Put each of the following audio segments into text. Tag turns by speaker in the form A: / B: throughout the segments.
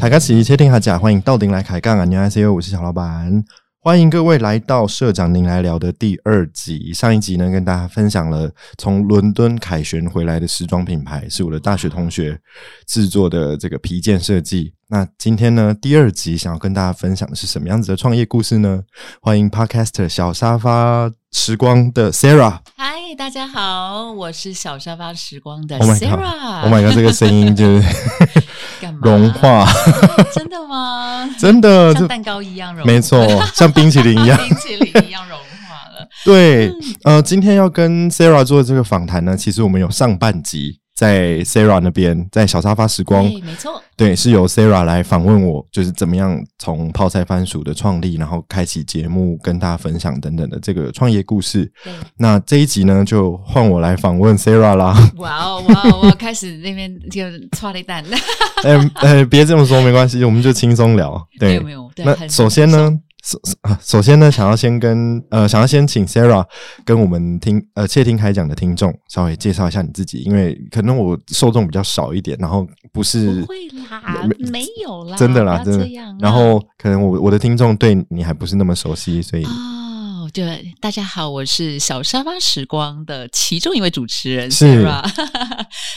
A: 台卡喜切定卡甲，欢迎到您来开杠啊！你好，C O，我是小老板，欢迎各位来到社长您来聊的第二集。上一集呢，跟大家分享了从伦敦凯旋回来的时装品牌，是我的大学同学制作的这个皮件设计。那今天呢，第二集想要跟大家分享的是什么样子的创业故事呢？欢迎 Podcaster 小沙发时光的 Sarah。
B: 嗨，大家好，我是小沙发时光的
A: Oh my
B: 哎 Sarah。
A: god！Oh my god！这个声音就是
B: 干嘛
A: 融化，
B: 真 的吗？
A: 真的，
B: 像
A: 这
B: 蛋糕一样融，
A: 没错，像冰淇淋一样
B: 像。 冰淇淋一样融化了。
A: 对，呃，今天要跟 Sarah 做这个访谈呢，其实我们有上半集在 Sarah 那边，在小沙发时 光，
B: 对，没错，
A: 对，是由 Sarah 来访问我，就是怎么样从泡菜番薯的创立，然后开启节目跟大家分享等等的这个创业故事。
B: 对，
A: 那这一集呢，就换我来访问 Sarah 啦。
B: 哇哦哇哦，我开始那边就搓了一蛋，
A: 呃呃，别这么说，没关系，我们就轻松聊。
B: 没
A: 对
B: 有，没有，对，
A: 那
B: 很
A: 首先，呢，首首啊首先呢，想要先跟呃，想要先请 Sarah 跟我们听呃窃听开讲的听众稍微介绍一下你自己，因为可能我受众比较少一点，然后不是
B: 不会啦，没有啦，
A: 真的啦，
B: 不
A: 真
B: 要
A: 的
B: 这样啊啦。
A: 然后可能我我的听众对你还不是那么熟悉，所以、
B: 哦，对，大家好，我是小沙发时光的其中一位主持人
A: 是
B: Sarah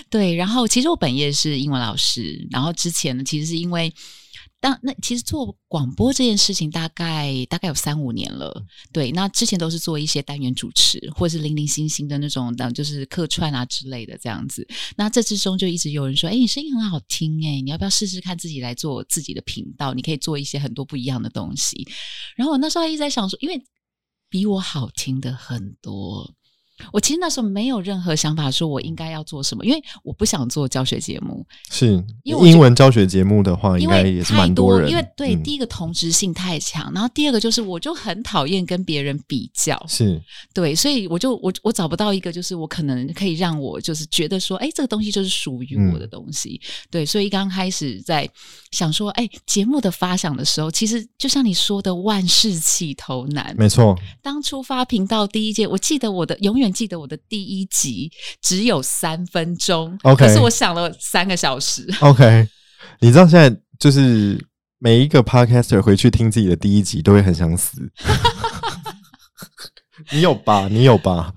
B: 对，然后其实我本业是英文老师，然后之前呢，其实是因为当那其实做广播这件事情大概大概有三五年了，对，那之前都是做一些单元主持或是零零星星的那种，呃就是客串啊之类的这样子。那这之中就一直有人说，哎，你声音很好听，哎，你要不要试试看自己来做自己的频道？你可以做一些很多不一样的东西。然后我那时候还一直在想说，因为比我好听的很多。我其实那时候没有任何想法，说我应该要做什么，因为我不想做教学节目，
A: 是
B: 因为我觉得
A: 英文教学节目的话，呃应
B: 因
A: 该
B: 为
A: 也是
B: 太
A: 蛮
B: 多，
A: 人，
B: 因为对、
A: 嗯
B: 第一个同质性太强，然后第二个就是我就很讨厌跟别人比较，
A: 是
B: 对，所以我就我我找不到一个就是我可能可以让我就是觉得说，哎，这个东西就是属于我
A: 嗯
B: 的东西。对，所以刚开始在想说，哎，节目的发想的时候，其实就像你说的，万事起头难。
A: 没错，
B: 当初发频道第一届，我记得我的永远记得我的第一集只有三分钟
A: OK
B: 可是我想了三个小时。
A: OK，你知道现在就是每一个 podcaster 回去听自己的第一集，都会很想 死。你有吧？你有吧？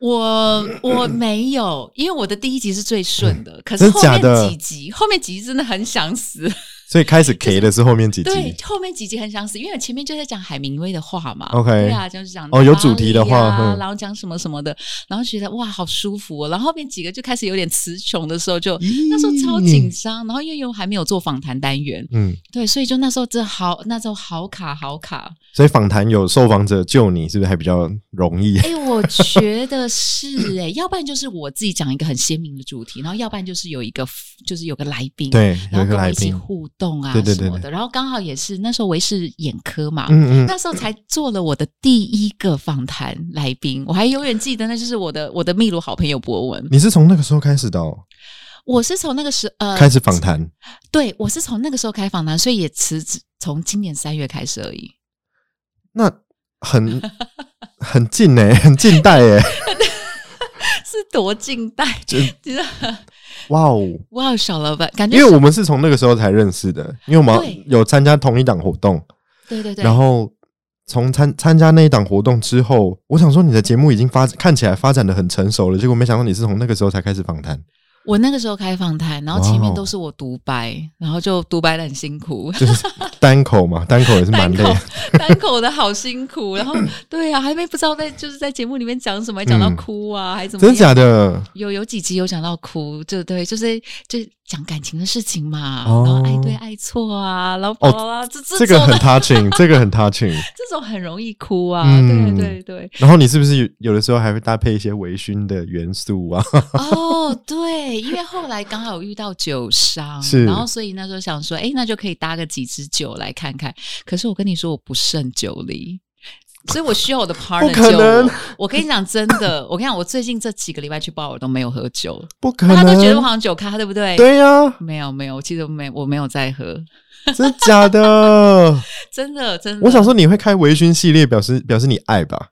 B: 我我 没有，因为我的第一集是最顺的，可是
A: 真的
B: 后
A: 假的
B: 面几集，后面几集真的很想死。
A: 所以开始 K 的是后面几
B: 对
A: 集，，
B: 后面几集很想死，因为我前面就在讲海明威的话嘛。
A: OK
B: 对啊，就是讲
A: 哦有主题的话
B: 巴黎啊
A: 嗯
B: 然后讲什么什么的，然后觉得哇，好舒服、哦。然后后面几个就开始有点词穷的时候就，
A: 咦
B: 那时候超紧张。然后因为又还没有做访谈单元，
A: 嗯，
B: 对，所以就那时候这好，那时候好卡好卡。
A: 所以访谈有受访者救你，是不是还比较容易？
B: 哎、我觉得是哎、要不然就是我自己讲一个很鲜明的主题，然后要不然就是有一个就是有个来宾，，
A: 对，有一
B: 然后
A: 个
B: 跟我
A: 来
B: 一起
A: 宾，
B: 互动啊
A: 对对对
B: 什么
A: 对
B: 的。然后刚好也是那时候我也是眼科嘛，
A: 嗯嗯，
B: 那时候才做了我的第一个访谈来宾，我还永远记得，那就是我的我的秘鲁好朋友博文。
A: 你是从那个时候开始的、哦，
B: 我是从那个时呃，
A: 开始访谈，
B: 对我是从那个时候开访谈，所以也辞职从今年三月开始而已。
A: 那很很近呢、 很近代哎、
B: 是多近代？
A: 就
B: 真的
A: 哇哦！
B: 哇，小老板，感觉
A: 因为我们是从那个时候才认识的，因为我们
B: 对
A: 有参加同一档活动，
B: 对对对，
A: 然后从参参加那一档活动之后，我想说你的节目已经发看起来发展的很成熟了，结果没想到你是从那个时候才开始访 谈，
B: 我那个时候开访谈，然后
A: 哇哦
B: 前面都是我独白，然后就独白的很辛苦，
A: 就是单口嘛，单口也是 蛮累
B: 单口
A: 的，
B: 单口的好辛 苦，然后对啊，还没不知道在就是在节目里面讲什么，还讲到
A: 嗯
B: 哭啊，还怎么
A: 真的假
B: 样？
A: 的？
B: 有有几集有讲到哭，就对，就是就讲感情的事情嘛，
A: 哦
B: 然后爱对爱错啊，然后巴
A: 哦
B: 拉巴拉，这这
A: 这个
B: 种
A: 很 touching，这个很 touching。
B: 这种很容易哭啊，
A: 嗯
B: 对对对，
A: 然后你是不是有有的时候还会搭配一些微醺的元素啊？
B: 哦对，因为后来刚好有遇到酒伤，
A: 是
B: 然后所以那时候想说，哎，那就可以搭个几支酒来看看。可是我跟你说，我不胜酒力。所以我需要我的 partner
A: 可
B: 救我
A: 能。
B: 我跟你讲真的，我跟你讲，我最近这几个礼拜去鲍尔都没有喝酒，
A: 不可
B: 大家
A: 能，
B: 都觉得我好像酒咖，对不对？
A: 对呀、
B: 没有没有，我记得没我没有在喝，
A: 真的假 的？
B: 真的真的。
A: 我想说你会开微醺系列，表示表示你爱吧？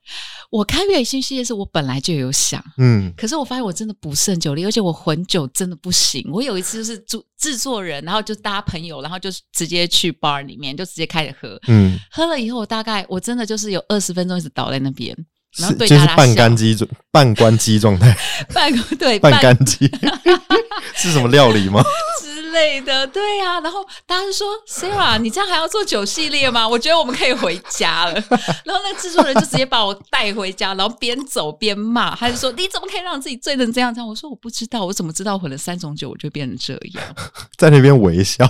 B: 我开越野新系列是我本来就有想，
A: 嗯，
B: 可是我发现我真的不胜酒力，而且我混酒真的不行。我有一次就是制制作人，然后就搭朋友，然后就直接去 bar 里面就直接开始喝，
A: 嗯，
B: 喝了以后我大概我真的就是有二十分钟一直倒在那边， 然
A: 是
B: 后对
A: 就
B: 大
A: 是
B: 家
A: 半
B: 笑
A: 干鸡状半关鸡状态，
B: 半 对
A: 半干鸡是什么料理吗？
B: 之类的，对呀、然后大家就说：“Sarah，你这样还要做酒系列吗？我觉得我们可以回家了。” 然后那个制作人就直接把我带回家，然后边走边骂，他就说：“你怎么可以让自己醉成这样？”这样我说：“我不知道，我怎么知道混了三种酒我就变成这样？”
A: 在那边微笑，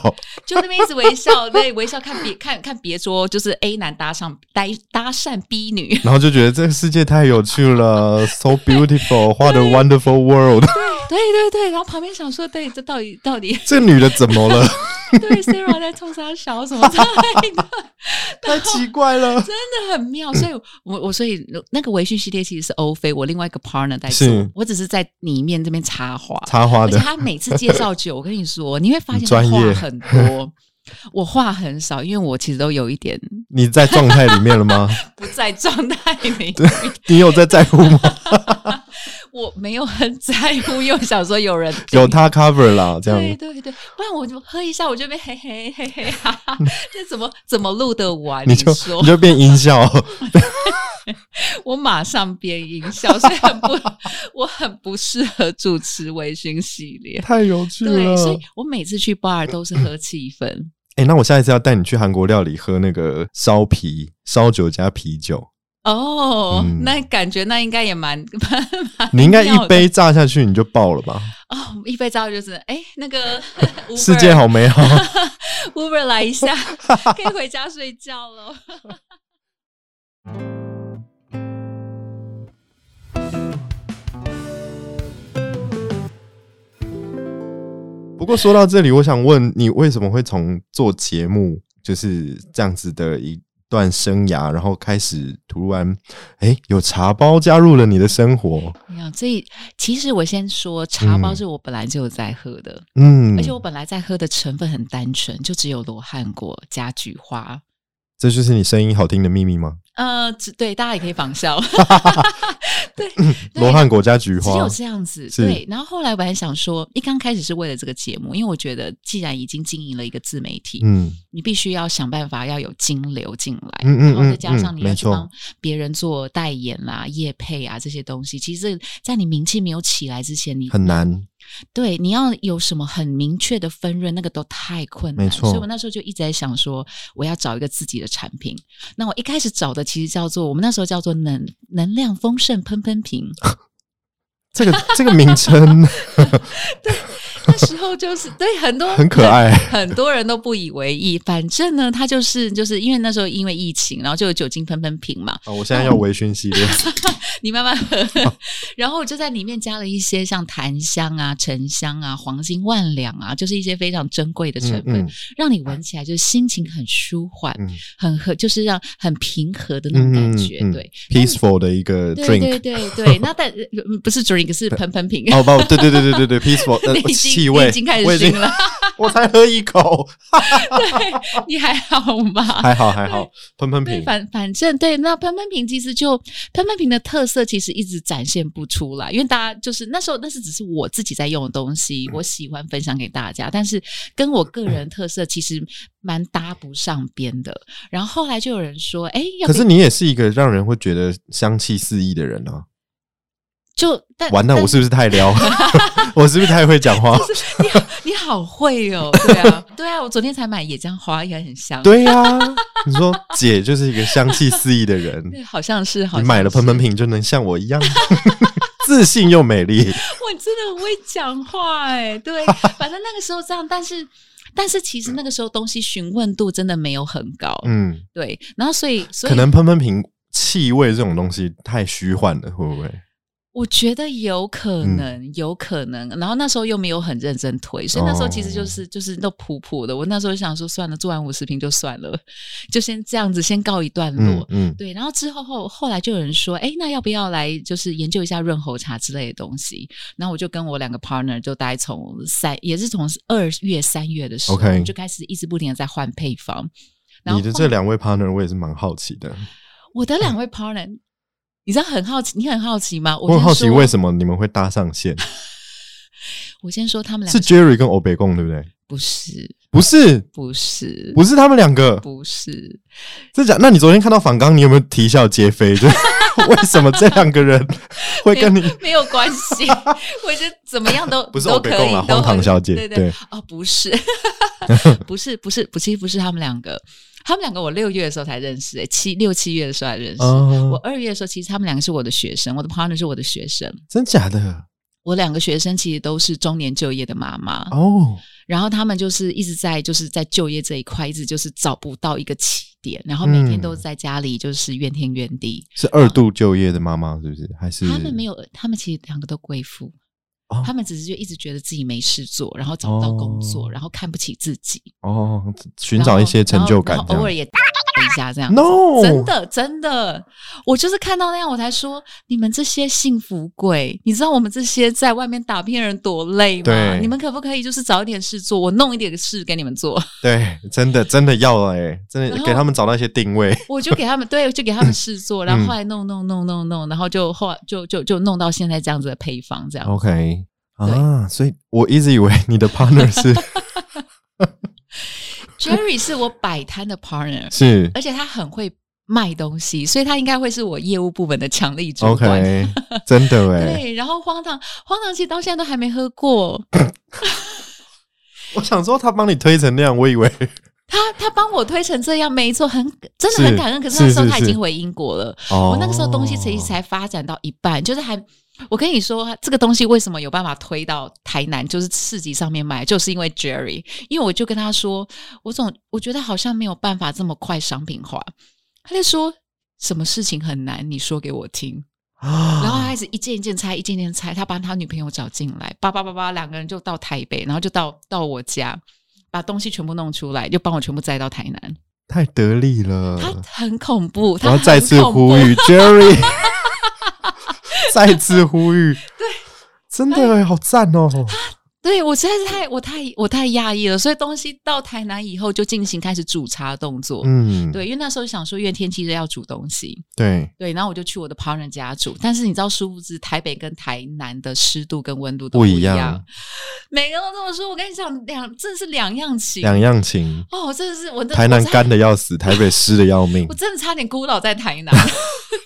B: 就那边一直微笑， 对，微笑看别看看别桌，就是 A 男搭上搭搭讪 B 女，
A: 然后就觉得这个世界太有趣了，so beautiful，画的 wonderful world。
B: 对对对，然后旁边想说：“对，这到底到底
A: 这女的怎么了？
B: 对 Sarah 在冲啥小什么之 类的。”
A: 太奇怪了。
B: 真的很妙，所以我我所以那个微醺系列其实是欧菲，我另外一个 partner 在
A: 是
B: 做，我只是在里面这边插话，
A: 插花
B: 而且
A: 的，
B: 他每次介绍酒，我跟你说， 你会发现他
A: 专业
B: 话很多，我话很少，因为我其实都有一点
A: 你在状态里面了吗？
B: 不在状态里，
A: 你有在在乎吗？
B: 我没有很在乎，又想说有人
A: 有他 cover 啦，这
B: 对
A: 样
B: 对对，不然我就喝一下，我就被嘿嘿嘿嘿哈哈，这怎么怎么录得完？
A: 你就
B: 说
A: 你就变音效，
B: 我马上变音效，所以很不，我很不适合主持微醺系 列。
A: 太有趣
B: 对，所
A: 了
B: 以。我每次去 bar 都是喝气氛。
A: 哎、那我下一次要带你去韩国料理喝那个烧啤烧酒加啤酒，
B: 哦、
A: 嗯
B: 那感觉那应该也蛮蛮蛮
A: 你应该
B: 妙
A: 啊一
B: 的
A: 杯榨下去你就爆了吧？
B: 哦，一杯照就是哎，那个 Uber,
A: 世界好美好。
B: Uber 来一下，可以回家睡觉了。
A: 不过说到这里，我想问你，为什么会从做节目就是这样子的一段生涯，然后开始突然哎、诶有茶包加入了你的生活？
B: 没有，所以其实我先说，茶包
A: 嗯
B: 是我本来就有在喝的，
A: 嗯，
B: 而且我本来在喝的成分很单纯，就只有罗汉果加菊花。
A: 这就是你声音好听的秘密吗？
B: 呃，只对，大家也可以 仿效。对，对
A: 罗汉果加菊
B: 只
A: 花
B: 有，这样子。
A: 是
B: 对，然后后来我还想说，一刚开始是为了这个节目，因为我觉得既然已经经营了一个自媒体，
A: 嗯，
B: 你必须要想办法要有金流进来，
A: 嗯嗯
B: 然后再加
A: 嗯
B: 上
A: 嗯
B: 你要
A: 没
B: 去
A: 错
B: 帮别人做代言啦、业配啊这些东西。其实，在你名气没有起来之前，你
A: 很难，
B: 对，你要有什么很明确的分润，那个都太困难。
A: 没错
B: 所以我那时候就一直在想说，我要找一个自己的产品。那我一开始找的其实叫做我们那时候叫做能能量丰盛喷喷 瓶，
A: 这个这个名称
B: 那时候就是对很多
A: 很可 爱
B: 很多人都不以为意。反正呢，它就是就是因为那时候因为疫情，然后就有酒精喷喷瓶嘛，
A: 哦，我现在要微醺系列，
B: 你慢慢喝。
A: 哦
B: 然后我就在里面加了一些像檀香啊、沉香啊、黄金万两啊，就是一些非常珍贵的成
A: 嗯
B: 分，
A: 嗯
B: 让你闻起来就是心情很舒缓，
A: 嗯
B: 很和就是让很平和的那种
A: 嗯
B: 感
A: 嗯
B: 觉。
A: 嗯
B: 对，
A: ，peaceful 的一个
B: 对
A: drink
B: 对对 对。那但呃不是 drink 是喷喷瓶。
A: 哦不，对对对对对对，peaceful
B: 你
A: 呃
B: 已经
A: 气
B: 你
A: 味
B: 已经开
A: 我
B: 始
A: 已经
B: 熏了，
A: 我才喝一口，
B: 对，你还好 吗？
A: 还好还好，喷喷
B: 对，
A: 瓶，
B: 反反正对，那喷喷瓶其实就喷喷瓶的特色其实一直展现不出来，因为大家就是那时候那是只是我自己在用的东
A: 嗯
B: 西，我喜欢分享给大家，但是跟我个人特色其实蛮搭不上边的。然后后来就有人说，哎，要
A: 可
B: 不
A: 是你也是一个让人会觉得香气四溢的人啊！
B: 就但
A: 完蛋，
B: 但
A: 我是不是太 撩？我是不是太会讲话？
B: 你好你好会哦，对 啊对啊，我昨天才买野姜花，也很香，
A: 对呀、你说姐就是一个香气四溢的人，
B: 对，好像是好
A: 你
B: 像
A: 买了喷喷
B: 是，
A: 瓶就能像我一样 自信又美丽。
B: 我真的很会讲话哎、对， 反正那个时候这样，但是。但是其实那个时候东西询问度真的没有很高，
A: 嗯，
B: 对，然后所以所以
A: 可能喷喷瓶气味这种东西太虚幻了，会不会？
B: 我觉得有可
A: 嗯
B: 能，有可能。然后那时候又没有很认真推，所以那时候其实
A: 哦
B: 就是、就是都普普的。我那时候就想说，算了，做完五十瓶就算了，就先这样子，先告一段落。
A: 嗯嗯，
B: 对，然后之后后后来就有人说，哎，那要不要来就是研究一下润喉茶之类的东西？然后我就跟我两个 partner 就大概从三，也是从二月、三月的时候
A: OK
B: 我们就开始一直不停的在换配方。然后
A: 你的
B: 后
A: 这两位 partner 我也是蛮好奇的。
B: 我的两位 partner 你知道很好奇，你很好奇吗？我
A: 我很好奇为
B: 么？
A: 什么你们会搭上线？
B: 我先说他们两
A: 是
B: 个
A: Jerry 跟欧北共对不对？
B: 不是
A: 不是，
B: 不是
A: 不是他们两个，
B: 不是，
A: 真假？那你昨天看到反刚，你有没有啼笑皆非？ 就为什么这两个 人会跟你？
B: 没有关 系，我觉得怎么样都
A: 不是
B: 都
A: 欧北
B: 可以
A: 共啦，
B: 都
A: 荒唐小姐，
B: 对对
A: 对
B: 哦，不是， 不是，不是，不是，不是他们两个，他们两个我六月的时候才认识、欸，七六七月的时候才认识。我
A: 哦，
B: 二月的时候，其实他们两个是我的学生，我的 partner 是我的学生。
A: 真假的
B: 我两个学生其实都是中年就业的妈妈，
A: 哦，
B: 然后他们就是一直在就是在就业这一块，一直就是找不到一个起点，然后每天
A: 嗯
B: 都在家里就是怨天怨地。
A: 是二度就业的妈妈是不是？还是
B: 他们没有，他们其实两个都贵妇，
A: 哦
B: 他们只是就一直觉得自己没事做，然后找不到工作，
A: 哦
B: 然后看不起自己，
A: 哦，寻找一些成就感
B: 然后
A: 这
B: 然后
A: 样
B: 偶尔。也一下这样。
A: No，
B: 真的真的，我就是看到那样，我才说你们这些幸福鬼，你知道我们这些在外面打拼的人多累吗？
A: 对
B: 你们可不可以就是找一点事做，我弄一点事给你们做？
A: 对，真的真的要哎、真
B: 然
A: 的
B: 后
A: 给他们找到一些定位。
B: 我就给他们，对，就给他们 事
A: 嗯
B: 做，然后后来弄弄弄弄弄，然后就后来就就就弄到现在这样子的配方，这样
A: OK 啊，所以我一直以为你的 partner 是
B: Jerry 是我摆摊的 partner，
A: 是
B: 而且他很会卖东西，所以他应该会是我业务部门的强力主管。
A: OK，真的哎、
B: 对，然后荒唐荒唐，其实到现在都还没喝过。
A: 我想说他帮你推成那样，我以为
B: 他他帮我推成这样，没错，很真的
A: 是
B: 很感恩。可是那时候
A: 是是
B: 他已经
A: 是
B: 回英国了，
A: 哦
B: 我那个时候东西其实才发展到一半，就是还。我跟你说，这个东西为什么有办法推到台南，就是市集上面卖，就是因为 Jerry。因为我就跟他说，我总我觉得好像没有办法这么快商品化。他就说什么事情很难，你说给我听。然后他
A: 啊，
B: 开始一件一件拆，一件一件拆，他把他女朋友找进来，叭叭叭叭，两个人就到台北，然后就到到我家，把东西全部弄出来，就帮我全部载到台南。
A: 太得力了。
B: 他很恐怖，
A: 我
B: 他
A: 要
B: 很
A: 嗯再次
B: 恐怖
A: 呼，吁 Jerry，再次呼吁，对，真的哎、好赞哦、
B: 对我实在是太我太我太压抑了，所以东西到台南以后就进行开始煮茶动作。
A: 嗯，
B: 对，因为那时候想说，因为天气热要煮东西，
A: 对，
B: 对，然后我就去我的 partner 家煮。但是你知道，殊不知台北跟台南的湿度跟温度都
A: 不
B: 一
A: 一样，
B: 每个人都这么说。我跟你讲，两真的是两样情，
A: 两样情。
B: 哦，真的是我真
A: 台南
B: 我差
A: 干的要死，台北湿的要命
B: 我。真的差点孤岛在台南，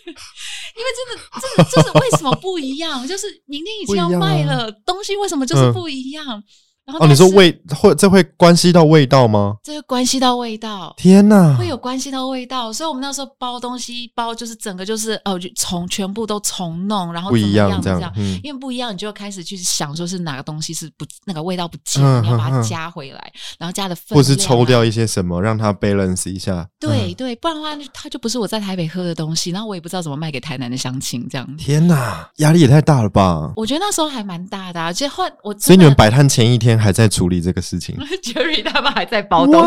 B: 因 为真的，真的，真的为什么不一样？就是明天已经要
A: 不一样啊
B: 卖了，东西为什么就是
A: 嗯
B: 不一样？然后
A: 哦，你说
B: 但是
A: 味会这会关系到味道吗？
B: 这个关系到味道。
A: 天哪！
B: 会有关系到味道，所以我们那时候包东西包就是整个就是哦，就重全部都重弄，然后
A: 不一
B: 样
A: 样
B: 这
A: 这样，嗯，
B: 因为不一样，你就要开始去想说是哪个东西是不那个味道不见，
A: 嗯
B: 你要把它
A: 嗯嗯
B: 加回来，然后加的分量啊，
A: 或是抽掉一些什么，让它 balance 一下。
B: 对
A: 嗯，
B: 对，不然的话，就它就不是我在台北喝的东西，然后我也不知道怎么卖给台南的乡亲这样。
A: 天哪，压力也太大了吧！
B: 我觉得那时候还蛮大的、啊，其实换我
A: 所以
B: 真
A: 你
B: 的
A: 们摆摊前一天还在处理这个事情，
B: Jerry 他们还在包东西，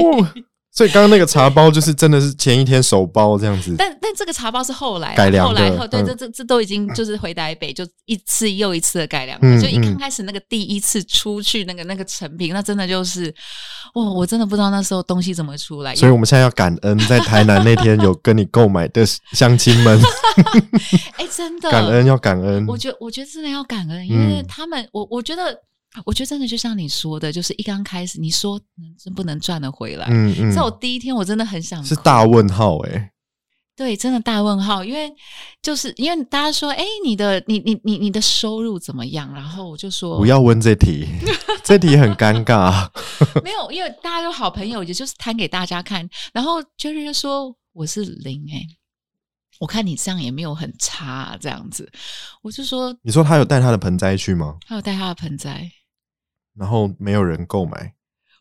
A: 哇哦。所以刚刚那个茶包就是真的是前一天手包这样子，
B: 但但这个茶包是后来啊
A: 改良
B: 后
A: 的
B: 来后对，
A: 嗯
B: 这这这都已经就是回台北就一次又一次的改良，
A: 嗯
B: 就一
A: 嗯
B: 刚开始那个第一次出去那个那个成品，那真的就是哇，我真的不知道那时候东西怎么出来，
A: 所以我们现在要感恩 在台南那天有跟你购买的乡亲 们，
B: 哎真的
A: 感恩要感恩。
B: 我觉我觉得真的要感恩，因为
A: 嗯
B: 他们，我我觉得，我觉得真的就像你说的，就是一刚开始你说能不能赚得回来，
A: 嗯嗯
B: 在我第一天我真的很想
A: 是
B: 哭
A: 大问号哎，
B: 对，真的大问号，因为就是因为大家说，哎，你的你你你你的收入怎么样？然后我就说
A: 不要问这 题，这题很尴尬。
B: 没有，因为大家都好朋友，也就是摊给大家看。然后 Jerry 就说我是零哎、诶我看你这样也没有很差、啊、这样子，我就说
A: 你说他有带他的盆栽去吗？
B: 他有带他的盆栽，
A: 然后没有人购买，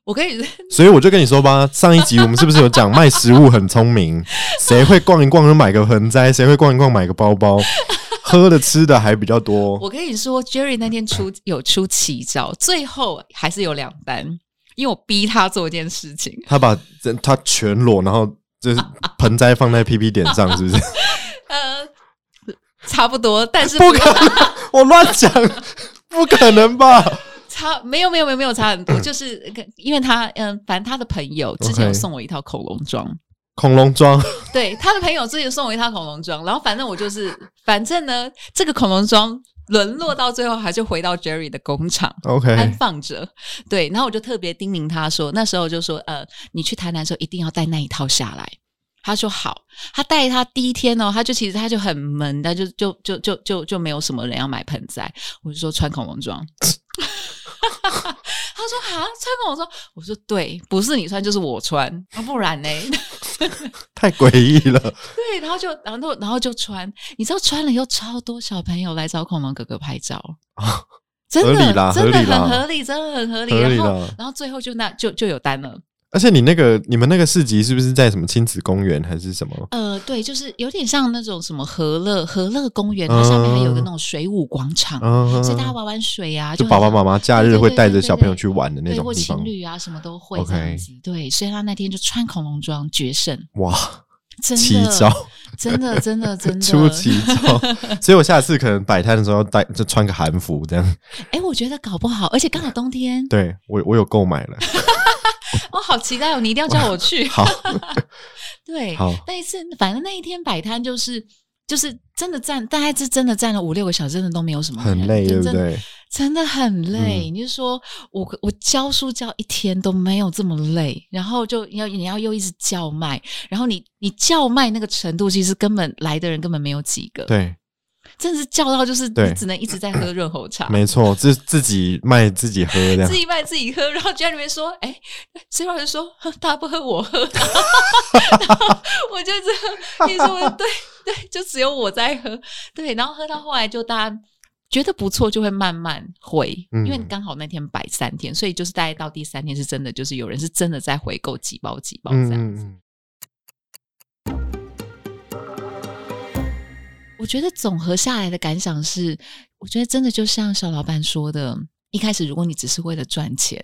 B: 我跟你
A: 所以我就跟你说吧，上一集我们是不是有讲卖食物很聪明？ 谁会逛一逛就买个盆栽？谁会逛一逛买个包包？喝的吃的还比较多
B: 我跟你说，Jerry 那天出有出奇招，最后还是有两单，因为我逼他做一件事情。
A: 他把整他全裸，然后就是盆栽放在 PP 点上，是 不是？
B: 呃，差不多，但是
A: 不可能，我乱讲，不可能吧？
B: 差没有没有没有没嗯有差很多，就是跟因为他嗯、反正他的朋友之前有送我一套口红装。
A: 恐龙装，
B: 对，他的朋友自己送我一套恐龙装，然后反正我就是，反正呢，这个恐龙装沦落到最后还是回到 Jerry 的工厂。安
A: OK，
B: 放着，对，然后我就特别叮咛他说，那时候就说，呃，你去台南的时候一定要带那一套下来。他说好，他带他第一天哦，他就其实他就很闷，他就就就就就就没有什么人要买盆栽，我就说穿恐 龙装。他说哈，穿恐龙装，我说对，不是你穿就是我穿，啊、不然呢？
A: 太诡异了。
B: 对，然后就然后然后就穿，你知道穿了以后，超多小朋友来找恐龙哥哥拍照，真的
A: 哦合理啦
B: 真的
A: 合理啦
B: 很合理，真的很合理。
A: 合理
B: 然后
A: 啦
B: 然后最后就那就就有单了。
A: 而且你那个你们那个市集是不是在什么亲子公园还是什么？
B: 呃，对，就是有点像那种什么和乐和乐公园，它上面还有一个那种水舞广场，
A: 嗯，
B: 哦所以大家玩玩水啊，
A: 就
B: 很
A: 爸爸妈妈假日会带着小朋友
B: 对对对对对
A: 去玩的那
B: 对
A: 种
B: 或
A: 地
B: 情
A: 方。
B: 侣啊什么都会
A: OK
B: 这样子。对，所以他那天就穿恐龙装决胜，
A: 哇，
B: 真
A: 奇
B: 的，
A: 招，
B: 真的，真的，真的
A: 出奇招！ 所以我下次可能摆摊的时候要带，就穿个韩服这样。
B: 哎，我觉得搞不好，而且刚好冬天，
A: 对我，我有购买了。
B: 我好期待哦！你一定要叫我去。
A: 好，
B: 对，
A: 好
B: 那一次，反正那一天摆摊就是就是真的站，大概是真的站了五六个小时，真的都没有什么人
A: 很累，对
B: 真
A: 不
B: 真的
A: 对？
B: 真的很
A: 嗯
B: 累。你就说我我教书教一天都没有这么累，然后就要你要又一直叫卖，然后你你叫卖那个程度，其实根本来的人根本没有几个，
A: 对，
B: 真的是叫到就是
A: 对
B: 你只能一直在喝润喉茶。
A: 没错，自自己卖自己喝这样
B: 自。己卖自己喝，然后家里面说，哎、所以我就说呵大家不喝我 喝，然后我就这样，你说我对对，就只有我在喝，对，然后喝到后来就大家。觉得不错，就会慢慢回，
A: 嗯
B: 因为刚好那天摆三天，所以就是大概到第三天是真的，就是有人是真的在回购几包几包这样。
A: 嗯嗯
B: 我觉得总和下来的感想是，我觉得真的就像小老板说的，一开始如果你只是为了赚钱，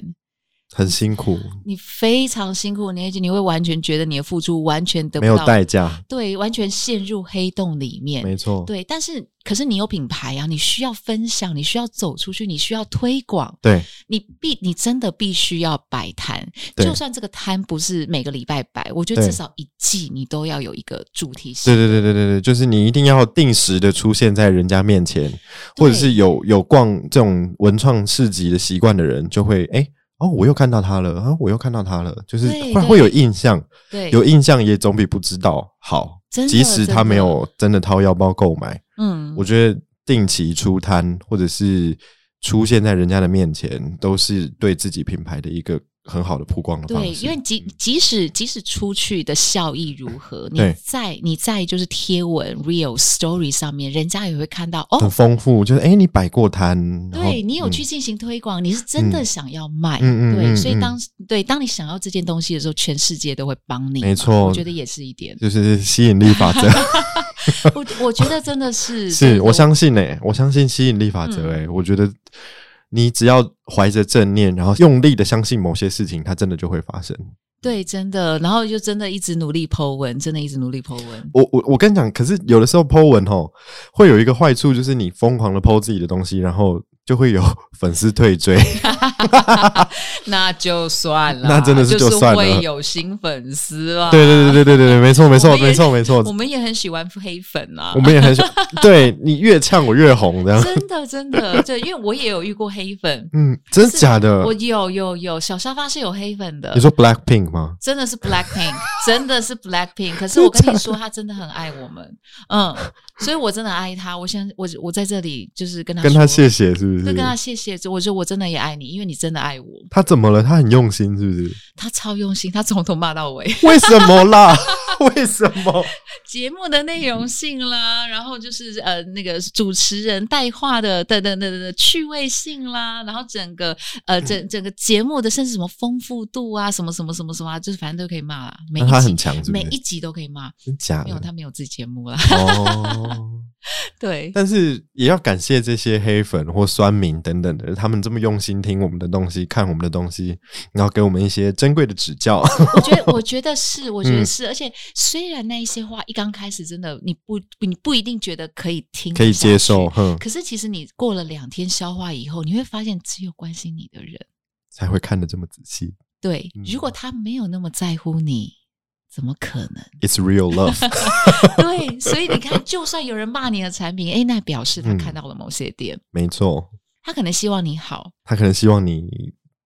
A: 很辛苦，
B: 你非常辛苦，你你会完全觉得你的付出完全得不
A: 没
B: 到
A: 有代价，
B: 对，完全陷入黑洞里面。
A: 没错，
B: 对，但是可是你有品牌啊，你需要分享，你需要走出去，你需要推广，
A: 对
B: 你必你真的必须要摆摊。
A: 对
B: 就算这个摊不是每个礼拜摆，我觉得
A: 对
B: 至少一季你都要有一个主题性。
A: 对对对对对对，就是你一定要定时的出现在人家面前，或者是有有逛这种文创市集的习惯的人，就会哎。哦，我又看到他了啊！我又看到他了，就是
B: 对
A: 会
B: 对
A: 会有印象，
B: 对，
A: 有印象也总比不知道好。
B: 真的
A: 即使他
B: 真的
A: 没有真的掏腰包购买，
B: 嗯，
A: 我觉得定期出摊或者是出现在人家的面前，都是对自己品牌的一个很好的曝光的方
B: 对，
A: 式。嗯
B: 因为即即使即使出去的效益如何，你
A: 对
B: 在你在就是贴文、real story 上面，人家也会看到
A: 很
B: 哦，
A: 丰富，就是哎、诶你摆过摊，然后嗯
B: 对你有去，进行推广，你是真的想要卖，
A: 嗯嗯嗯
B: 对，
A: 嗯
B: 所以
A: 嗯
B: 当对当你想要这件东西的时候，全世界都会帮你嘛，
A: 没错
B: 我觉得也是一点
A: 嗯，就是吸引力 法则。
B: 我我觉得真的是， 真
A: 是
B: 的嗯
A: 我相信哎、我相信吸引力法则哎、我觉得你只要怀着正念，然后用力的相信某些事情，它真的就会发生。
B: 对真的，然后就真的一直努力 Po 文，真的一直努力 Po 文，
A: 我我我跟你讲，可是有的时候 Po 文吼，会有一个坏处，就是你疯狂的 Po 自己的东西，然后就会有 粉丝退追。
B: 那就算了，
A: 那真的是
B: 是
A: 就算了
B: 会有新粉丝啦，
A: 对对对对对对对，没错没
B: 啊我
A: 错
B: 们也
A: 没 错没错
B: 我，们也很喜欢黑粉啊
A: 我。们也很 喜欢，对你越呛我越红这样。
B: 真的，真的，对，因为我也有遇过黑粉，
A: 嗯，嗯真的
B: 是
A: 假的
B: 我？有有有小沙发是有黑粉的
A: 你，说 Black Pink 吗？
B: 真的是 Blackpink，真 的是 Blackpink。可是我跟你说，他真的很爱我们，嗯，所以我真的爱他。我想，我我在这里就是跟他
A: 跟他
B: 说
A: 谢谢是不
B: 对，
A: 是？
B: 跟他谢谢。我说我真的也爱你，因为你真的爱我。
A: 他怎么了？他很用心是不 是？
B: 他超用心，他从头骂到尾。
A: 为什么啦？ 为什么？
B: 节目的内容性啦，然后就是呃那个主持人带话的等等等等的趣味性啦，然后整个呃
A: 嗯
B: 整整个节目的甚至什么丰富度啊，什么什么什么什么、啊，就是反正都可以骂啦。每一
A: 啊那他
B: 集
A: 很强是不
B: 每
A: 是
B: 一？集都可以骂，
A: 真假
B: 没有
A: 的？
B: 他没有自己节目啦。
A: 哦。
B: 对，
A: 但是也要感谢这些黑粉或酸民等等的，他们这么用心听我们的东西，看我们的东西，然后给我们一些珍贵的指 教。
B: 我觉得我觉得是，我觉
A: 嗯
B: 得是，而且虽然那一些话一刚开始真的你不你不一定觉得可以听
A: 可以
B: 下去
A: 接受，，哼，
B: 可是其实你过了两天消化以后，你会发现只有关心你的人。
A: 才会看得这么仔细。嗯
B: 对，如果他没有那么在乎你，怎么可能？
A: It's real love，
B: 对，所以你看，就算有人骂你的产品，哎，那表示他
A: 嗯
B: 看到了某些点，
A: 没错。
B: 他可能希望你好，
A: 他可能希望你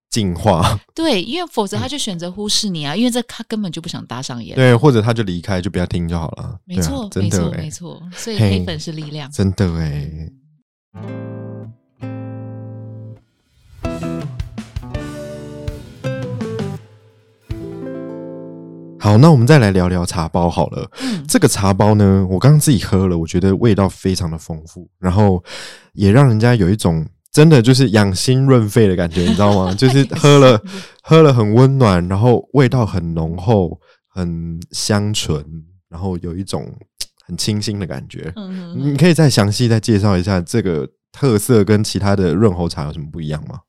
A: 进化，
B: 对，因为否则他就选择忽视你啊，因为这他根本就不想搭上
A: 嗯
B: 眼。
A: 对，或者他就离开，就不要听就好了。
B: 没
A: 对啊
B: 错，
A: 真
B: 没
A: 的
B: 错，
A: 哎、
B: 没错。所以
A: 嘿
B: 黑粉是力 量。
A: 真的哎、好，那我们再来聊聊茶包好了。
B: 嗯，
A: 这个茶包呢，我刚刚自己喝了，我觉得味道非常的丰富，然后也让人家有一种真的就是养心润肺的感觉，你知道吗？ 就是喝了喝了很温暖，然后味道很浓厚，很香醇，然后有一种嘖很清新的感觉。
B: 嗯，嗯嗯
A: 你可以再详细再介绍一下这个特色跟其他的润喉茶有什么不一样吗？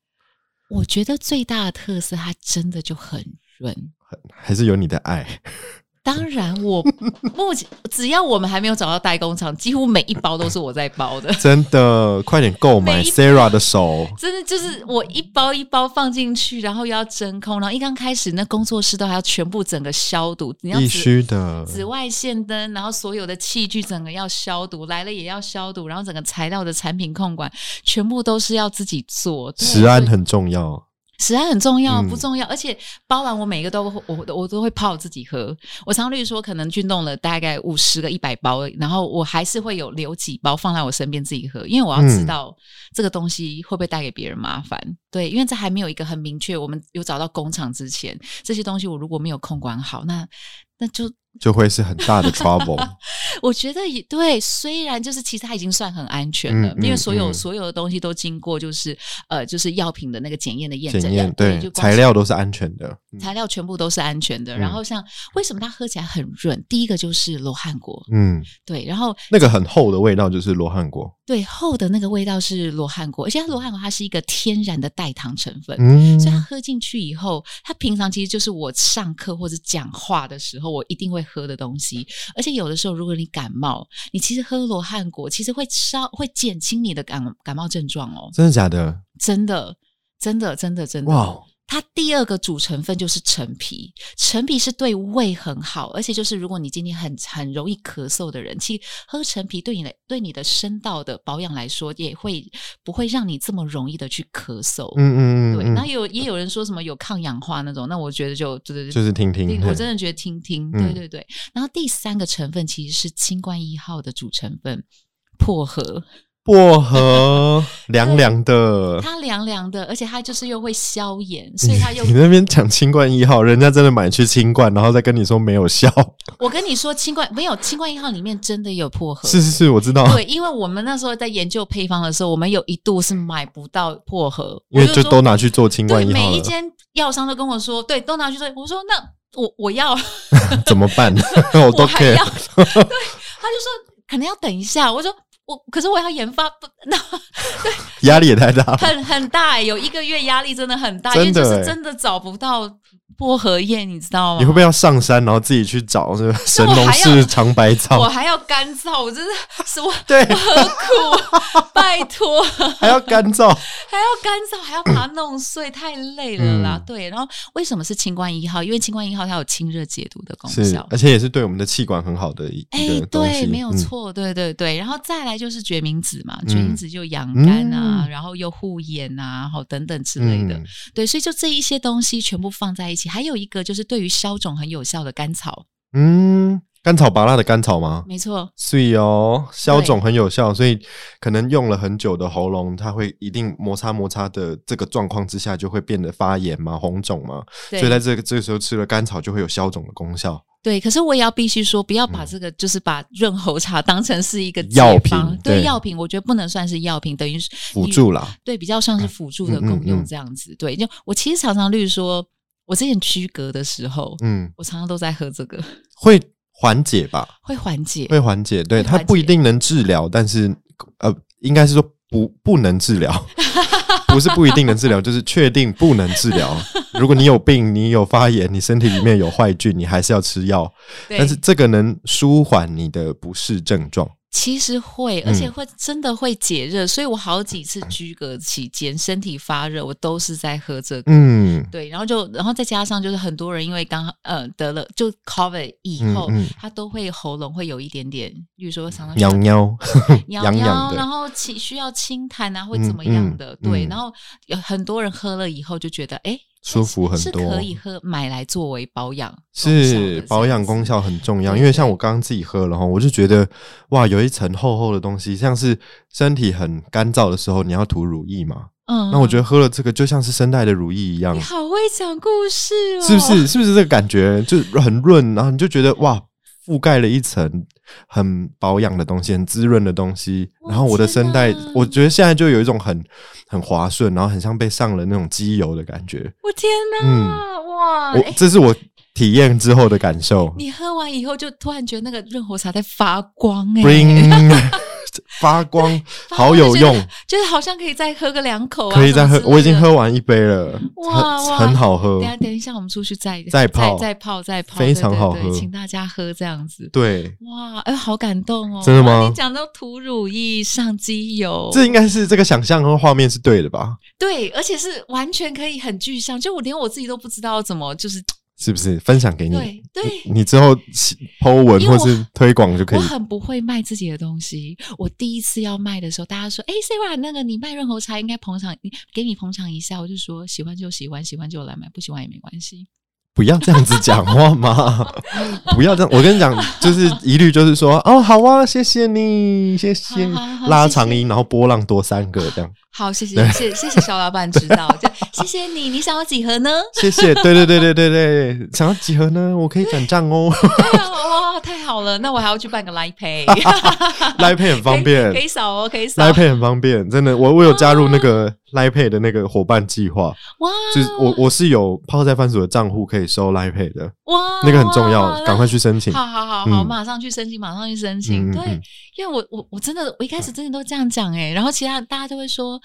B: 我觉得最大的特色，它真的就很润。
A: 还是有你的爱？
B: 当然，我目前只要我们还没有找到代工厂，几乎每一包都是我在包的。
A: 真的，快点购买
B: 每一
A: Sarah 的手。
B: 真的就是我一包一包放进去，然后又要真空，然后一刚开始那工作室都还要全部整个消毒，你要
A: 必
B: 紫
A: 须的，
B: 紫外线灯，然后所有的器具整个要消毒，来了也要消毒，然后整个材料的产品控管全部都是要自己做。对
A: 食安
B: 所以
A: 很重要。
B: 食安很重要，
A: 嗯
B: 不重要，而且包完我每个都会我我我都会泡自己喝。我常例如说，可能去弄了大概五十个一百包，然后我还是会有留几包放在我身边自己喝，因为我要知
A: 嗯
B: 道这个东西会不会带给别人麻烦。对，因为在还没有一个很明确，我们有找到工厂之前，这些东西我如果没有控管好，那那就
A: 就会是很 大的 trouble。
B: 我觉得也对，虽然就是其实它已经算很安全了，
A: 嗯嗯
B: 因为所有、
A: 嗯
B: 所有的东西都经过就是呃就是药品的那个检验的验证，
A: 检验
B: 对，
A: 对
B: 就光
A: 材料都是安全的，嗯
B: 材料全部都是安全的。
A: 嗯
B: 然后像为什么它喝起来很润？第一个就是罗汉果，
A: 嗯，
B: 对，然后
A: 那个很厚的味道就是罗汉果，
B: 对厚的那个味道是罗汉果，而且它罗汉果它是一个天然的代糖成分。
A: 嗯
B: 所以它喝进去以后，它平常其实就是我上课或者讲话的时候，我一定会喝的东西。而且有的时候，如果你感冒，你其实喝罗汉果，其实会稍会减轻你的感感冒症状哦，
A: 真的假的？
B: 真的，真的，真的，真的。
A: 哇，哦
B: 它第二个主成分就是陈皮，陈皮是对胃很好，而且就是如果你今天很很容易咳嗽的人，其实喝陈皮对你的对你的声道的保养来说，也会不会让你这么容易的去咳嗽。
A: 嗯嗯嗯，
B: 对，
A: 嗯
B: 那有也有人说什么有抗氧化那种，那我觉得就就是
A: 就是听听
B: 对
A: 嘿
B: 我真的觉得听听，
A: 嗯
B: 对对对。然后第三个成分其实是清冠一号的主成分薄 荷，
A: 薄荷凉凉 的。
B: 它凉凉的，而且它就是又会消炎， 所以它又
A: 你那边讲清冠一号，人家真的买去清冠，然后再跟你说没有效，
B: 我跟你说，清冠没有清冠一号里面真的有薄荷。
A: 是是是，我知道，
B: 对，因为我们那时候在研究配方的时候，我们有一度是买不到薄荷，
A: 因为
B: 我
A: 就
B: 说
A: 都拿去做清
B: 对
A: 冠一号
B: 每一
A: 了，
B: 间药商都跟我说，对，都拿去做。我说那我我 要，
A: 怎么 办？哦 我都
B: 我还
A: care
B: 要， 对，他就说可能要等一下。我说我可是我要研发，不那
A: 压力也太 大，
B: 很很大、欸，有一个月压力真的很大，
A: 真
B: 因为
A: 的
B: 就
A: 欸
B: 是真的找不到薄荷叶，你知道吗？
A: 你会不会要上山，然后自己去找 这个神
B: 我
A: 农
B: 还要
A: 氏尝百
B: 我
A: 草？
B: 还要干燥，我真的是我
A: 对，
B: 何苦？ 拜托，
A: 还要干燥，
B: 还要干燥，还要把它弄碎，太累了啦。
A: 嗯
B: 对，然后为什么是清冠一号？因为清冠一号它有清热解毒的功
A: 是
B: 效，。
A: 而且也是对我们的气管很好的一一
B: 哎
A: 个，东西，
B: 对，没有
A: 嗯
B: 错，对对对，然后再来就是决明子嘛，
A: 嗯
B: 决明子就养肝啊，
A: 嗯
B: 然后又护眼啊，然后等等之类的，
A: 嗯
B: 对，所以就这一些东西全部放在一起，还有一个就是对于消肿很有效的甘草，
A: 嗯，甘草拔辣的甘草吗？
B: 没错，
A: 以哦，消肿很有效，所以可能用了很久的喉咙，它会一定摩擦摩擦的这个状况之下，就会变得发炎嘛、红肿嘛，
B: 对
A: 所以在这个这个时候吃了甘草就会有消肿的功效。
B: 对，可是我也要必须说，不要把这个、就是把润喉茶当成是一个
A: 嗯
B: 解
A: 药品
B: 方
A: 对
B: 对药品，我觉得不能算是药品，等于是
A: 辅助啦，
B: 对，比较像是辅助的
A: 嗯嗯
B: 功用
A: 嗯
B: 这样子。对，就我其实常常，例如说，我之前居隔的时候，
A: 嗯，
B: 我常常都在喝这个，
A: 会缓解吧，
B: 会缓解。
A: 会缓解，对，
B: 会
A: 它
B: 缓解
A: 不一定能治疗，但是呃，应该是说不不能治疗。 不是不一定能治疗，就是确定不能治 疗。如果你有病，你有发炎，你身体里面有坏菌，你还是要吃药。
B: 对
A: 但是这个能舒缓你的不适症状。
B: 其实会，而
A: 嗯
B: 且会真的会解热，所以我好几次居隔期间身体发热，我都是在喝这个。
A: 嗯，
B: 对，然后就，然后再加上就是很多人因为刚呃得了就 COVID 以
A: 嗯
B: 后，
A: 嗯
B: 他都会喉咙会有一点点，比如说常常
A: 喵喵，
B: 痒
A: 痒痒
B: 痒，
A: 的
B: 然后起需要清痰啊，会
A: 嗯
B: 怎么样的？
A: 嗯
B: 对，
A: 嗯
B: 然后有很多人喝了以后就觉得，哎，
A: 舒服很
B: 是
A: 多，
B: 可以喝买来作为保养功效的，
A: 是保养功
B: 效
A: 效很重要，
B: 对
A: 因为像
B: 对
A: 我刚刚自己喝了哈，我就觉得哇，有一层厚厚的东西，像是身体很干燥的时候，你要涂乳液嘛。
B: 这样子。嗯，
A: 那我觉得喝了这个就像是生态的乳液一 样
B: 你，好会讲故事哦，
A: 是不是？是不是这个感觉就很润，然后你就觉得哇，覆盖了一层很保养的东西，很滋润的东西。
B: 哇
A: 然后我的声带
B: 天哪，
A: 我觉得现在就有一种很很滑顺，然后很像被上了那种机油的感觉。
B: 我天哪，哇！
A: 嗯我
B: 哎
A: 这是我体验之后的感受。
B: 你喝完以后就突然觉得那个润喉茶在发光 哎、
A: bring 发光，
B: 发光
A: 好有用，
B: 就是好像可以再喝个两口啊，
A: 可以再喝
B: 什么之类。的
A: 我已经喝。完一杯了，
B: 哇
A: 很
B: 哇
A: 很好喝
B: 等一。下等一下，我们出去再
A: 再泡
B: 再泡再泡，
A: 非常好喝
B: 对对对请大家喝这样子。
A: 对，
B: 哇，哎，好感动哦！
A: 真的吗
B: 哇你讲到涂乳液上机油，
A: 这应该是这个想象和画面是对的吧？
B: 对，而且是完全可以很具象，就我连我自己都不知道怎么，就是
A: 是不是？分享给你，
B: 对对，
A: 你之后剖文
B: 因为
A: 或
B: 我
A: 是推广就可以
B: 我。很不会卖自己的东西。我第一次要卖的时候，大家说：“哎、s a r a 那个你卖润喉茶应该捧场，你给你捧场一下。”我就说：“喜欢就喜欢，喜欢就来买，不喜欢也没关系。
A: 不要这样子讲话 嘛！不要这样，我跟你讲，就是一律就是说，哦，好啊，谢谢你，谢谢
B: 好好好
A: 拉
B: 谢谢
A: 长音，然后波浪多三个这样。”
B: 好，谢谢谢谢谢小老板指 导，这样谢谢你。你想要几盒呢？
A: 谢谢，对对对对对对，想要几何呢？我可以转账 哦，
B: 对啊哇，太好了！那我还要去办个 Line Pay，
A: 来配很 方便，
B: 可以可以扫哦，可以扫
A: 来。配很方便，真的，我我有加入那个来配的那个伙伴计划，
B: 哇，
A: 就是我
B: 哦
A: 我是有泡菜番薯的账户可以收来配的，
B: 哇，
A: 那个很重要
B: 哇，
A: 赶快去申请。
B: 好好好好，
A: 嗯
B: 马上去申请，马上去申
A: 嗯
B: 请。
A: 嗯
B: 对
A: 嗯，
B: 因为我我我真的我一开始真的都这样讲哎、然后其他大家都会说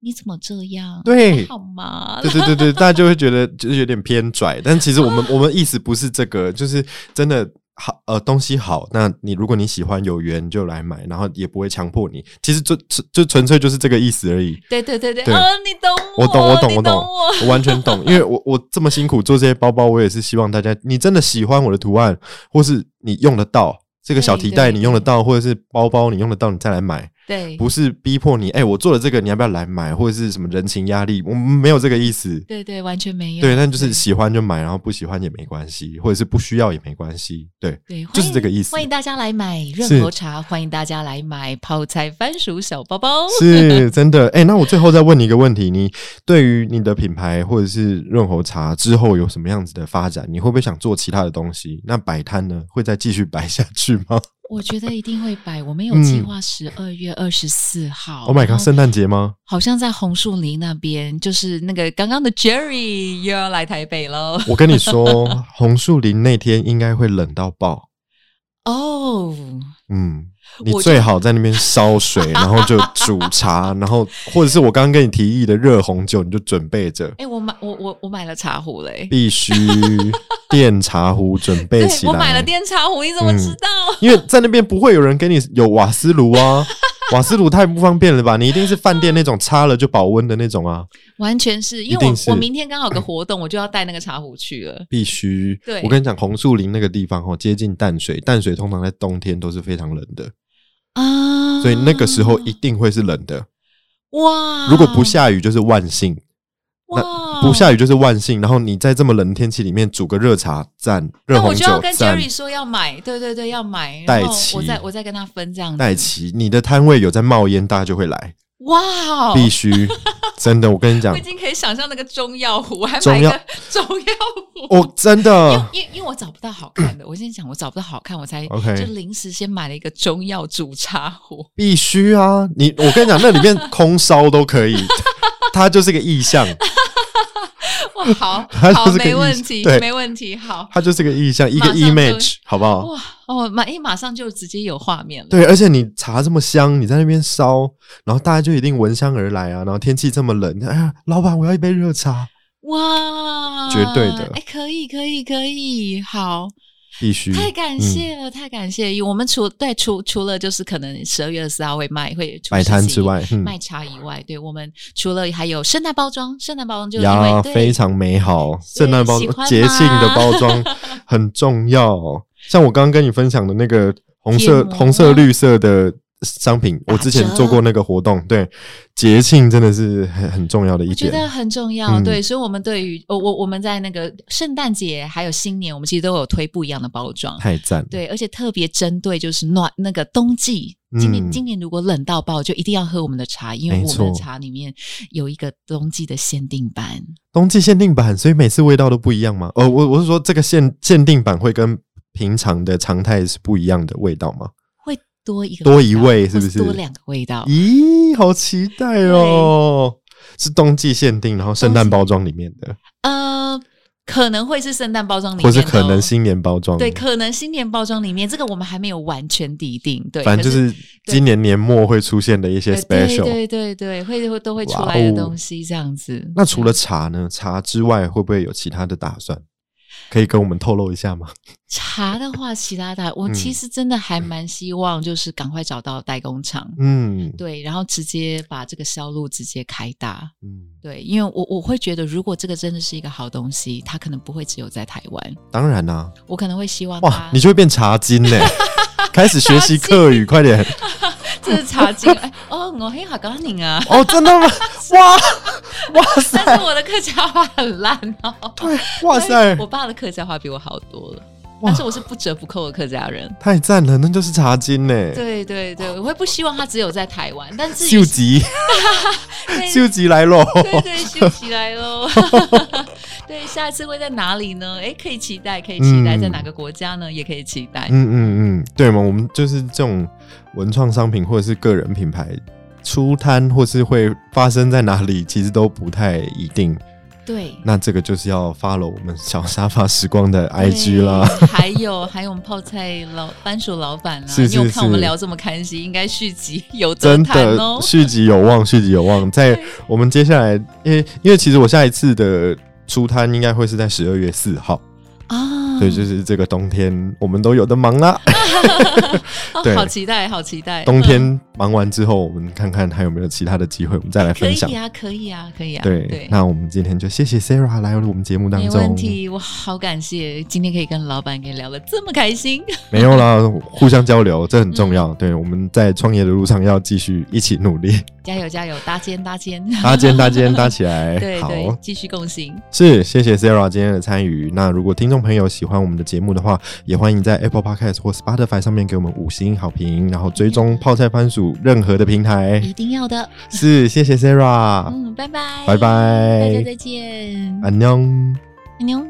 B: 你怎么这样？
A: 对
B: 还好吗？
A: 对对对对，大家就会觉得就是有点偏拽，但其实我们我们意思不是这个，就是真的好呃东西好，那你如果你喜欢有缘就来买，然后也不会强迫你，其实就就就纯粹就是这个意思而已。
B: 对对对对，
A: 对
B: 啊，你懂
A: 我懂，我
B: 我
A: 懂，
B: 你
A: 我
B: 懂
A: 懂，我完全懂，因为我我这么辛苦做这些包包，我也是希望大家，你真的喜欢我的图案，或是你用得到这个小提袋，
B: 对对
A: 你用得到，或者是包包你用得到，你再来买，
B: 对
A: 不是逼迫你，哎、我做了这个，你要不要来买，或者是什么人情压力，我们没有这个意思。
B: 对对，完全没有。
A: 对，但就是喜欢就买，然后不喜欢也没关系，或者是不需要也没关系。对，
B: 对，欢
A: 就
B: 迎
A: 是这个意思
B: 欢迎大家来买
A: 是
B: 润喉茶，欢迎大家来买泡菜番薯小包包。
A: 是真的。哎、那我最后再问你一个问题：你对于你的品牌或者是润喉茶之后有什么样子的发展？你会不会想做其他的东西？那摆摊呢，会再继续摆下去吗
B: 我觉得一定会摆，我们有
A: 嗯
B: 计划十二月二十四号。
A: ？Oh my
B: 然
A: god，
B: 后
A: 圣诞节吗？
B: 好像在红树林那边，就是那个刚刚的 Jerry 又要来台北喽。
A: 我跟你说，红树林那天应该会冷到爆。
B: 哦，
A: 嗯，你
B: 我就
A: 最好在那边烧水，然后就煮茶，然后或者是我刚刚跟你提议的热红酒，你就准备着。
B: 哎，我买我我我买了茶壶嘞，
A: 必须电茶壶准备
B: 对
A: 起来。嗯
B: 我买了电茶壶，你怎么知道？
A: 因为在那边不会有人跟你有瓦斯炉 啊，瓦斯炉太不方便了吧？你一定是饭店那种插了就保温的那种啊，
B: 完全是因
A: 一
B: 为
A: 定
B: 我
A: 是
B: 我明天刚好有个活动，我就要带那个茶壶去了。
A: 必须。
B: 对
A: 我跟你讲，红树林那个地方哦，接近淡水，淡水通常在冬天都是非常冷的，
B: 啊
A: 所以那个时候一定会是冷的。
B: 哇，
A: 如果不下雨就是万幸，
B: 哇
A: 不下雨就是万幸。然后你在这么冷的天气里面煮个热茶，赞；热
B: 那
A: 红
B: 我就
A: 酒
B: 要跟，
A: 赞。
B: Jerry 说要买，对对对，要买，
A: 带
B: 然后
A: 齐
B: 我再我再跟他分这样子。
A: 戴奇，你的摊位有在冒烟，大家就会来，
B: 哇哦，
A: 必须。真的，我跟你讲
B: 我已，经可以想象那个中药壶，我还
A: 中
B: 买
A: 药
B: 个 中药壶。
A: 我真的
B: 因为因为我找不到好看的，我先讲，我找不到好看，我才
A: OK
B: 就临时先买了一个中药煮茶壶。
A: 必须啊！你我跟你讲，那里面空烧都可以， 它就是个意象，
B: 哇，好
A: 它
B: 好
A: 就，是个意
B: 没问题
A: 对，
B: 没问题，好
A: 它就是个意象，一个
B: 马上就
A: image，好不好？
B: 哇哦，马一马上就直接有画面了。
A: 对，而且你茶这么香，你在那边烧，然后大家就一定闻香而来啊。然后天气这么冷，哎呀，老板，我要一杯热茶。
B: 哇，
A: 绝对的
B: 哎，可以可以可以，好。
A: 必须
B: 太感谢了，太感谢！我们除对除除了就是可能十二月二十四号会卖会出
A: 摆
B: 市
A: 摊
B: 集
A: 之外，嗯
B: 卖茶以外，对我们除了还有圣诞包装，圣诞包装就是因
A: 呀
B: 为，
A: 非
B: 对
A: 常美好。圣诞包
B: 喜欢吗
A: 节庆的包 装很重要，像我刚刚跟你分享的那个红色、
B: 贴膜
A: 红色、绿色的商品，
B: 打
A: 我之前做过那个活动。对，节庆真的是很很重要的一
B: 我觉
A: 点。
B: 得很重要。
A: 嗯
B: 对，所以我们对于哦我我我们在那个圣诞节还有新年，我们其实都有推不一样的包装。
A: 太赞了，
B: 对，而且特别针对就是暖那个冬季，今年、
A: 嗯
B: 今年如果冷到爆，就一定要喝我们的茶，因为
A: 没
B: 我们
A: 错
B: 的茶里面有一个冬季的限定版。
A: 冬季限定版，所以每次味道都不一样吗？呃，我我是说这个限限定版会跟平常的常态是不一样的味道吗？
B: 会多一个
A: 多
B: 味
A: 一
B: 道
A: 味
B: 或
A: 是不
B: 多
A: 是
B: 两个味道？
A: 咦，好期待哦！是冬季限定，然后圣诞包装里面的，
B: 呃，可能会是圣诞包装里面、
A: 或
B: 哦，
A: 是可能新年包装，
B: 对，可能新年包装里面这个我们还没有完全底定，对，
A: 反正就
B: 可
A: 是今年年末会出现的一些
B: 对对
A: special。
B: 对对对，会会都会出
A: 哇
B: 来
A: 哦
B: 的东西这样子。
A: 那除了茶呢？茶之外，会不会有其他的打算？可以跟我们透露一下吗？
B: 茶的话，其他的我
A: 嗯
B: 其实真的还蛮希望，就是赶快找到代工厂，
A: 嗯
B: 对，然后直接把这个销路直接开大。
A: 嗯，
B: 对，因为我我会觉得，如果这个真的是一个好东西，它可能不会只有在台湾，
A: 当然啦、啊
B: 我可能会希望
A: 哇
B: 它，
A: 你就会变茶精 呢、开始学习客语，快点！
B: 这是茶经。 哎，哦，我黑好高宁啊，
A: 哦，真的 吗？哇哇
B: 但
A: 塞，
B: 是我的客家话很烂哦。
A: 对，哇塞
B: 所以，我爸的客家话比我好多了，
A: 哇
B: 但是我是不折不扣的客家人。
A: 太赞了，那就是茶精呢、
B: 对对对，我会不希望他只有在台湾，但至于
A: 秀吉，
B: 对
A: 秀吉来喽！
B: 对对，秀起来 喽！对，下一次会在哪里呢？哎，可以期待，可以期待，
A: 嗯
B: 在哪个国家呢？也可以期待。
A: 嗯嗯嗯，对嘛，我们就是这种文创商品或者是个人品牌出摊，或是会发生在哪里，其实都不太一定。
B: 对。
A: 那这个就是要 follow 我们小沙发时光的 IG 啦。
B: 对， 还有还有我们泡菜老番薯老板啦、啊，
A: 是是
B: 你有看我
A: 是
B: 们聊这么开心，应该续集有得
A: 真
B: 谈
A: 的
B: 哦。
A: 续集有望，续集有望。在我们接下来，因为因为其实我下一次的出摊应该会是在十二月四号，
B: 啊，
A: 所以就是这个冬天我们都有的忙啦。
B: 哎哦
A: 对
B: 好期待，好期待，嗯
A: 冬天忙完之后，我们看看还有没有其他的机会，我们再来
B: 可
A: 分享
B: 以。啊，可以啊，可以啊，
A: 对，那我们今天就谢谢 Sarah 来我们节目当
B: 没
A: 中。
B: 问题，我好感谢今天可以跟老板给聊得这么开心。
A: 没有啦，互相交流这很重
B: 嗯
A: 要。对，我们在创业的路上要继续一起 努力，
B: 加油加油，搭肩搭肩，
A: 搭肩搭肩搭起来。
B: 对
A: 哎好，
B: 对，继续共行。
A: 是谢谢 Sarah 今天的参与。那如果听众朋友喜欢我们的节目的话，也欢迎在 Apple Podcast 或 Spotify 上面给我们五星好评，然后追踪泡菜番薯任何的平台。
B: 一定要的。嗯
A: 是，谢谢 Sarah，
B: 嗯，拜拜，
A: 拜拜
B: 大家再见，
A: 安妞。
B: 安妞。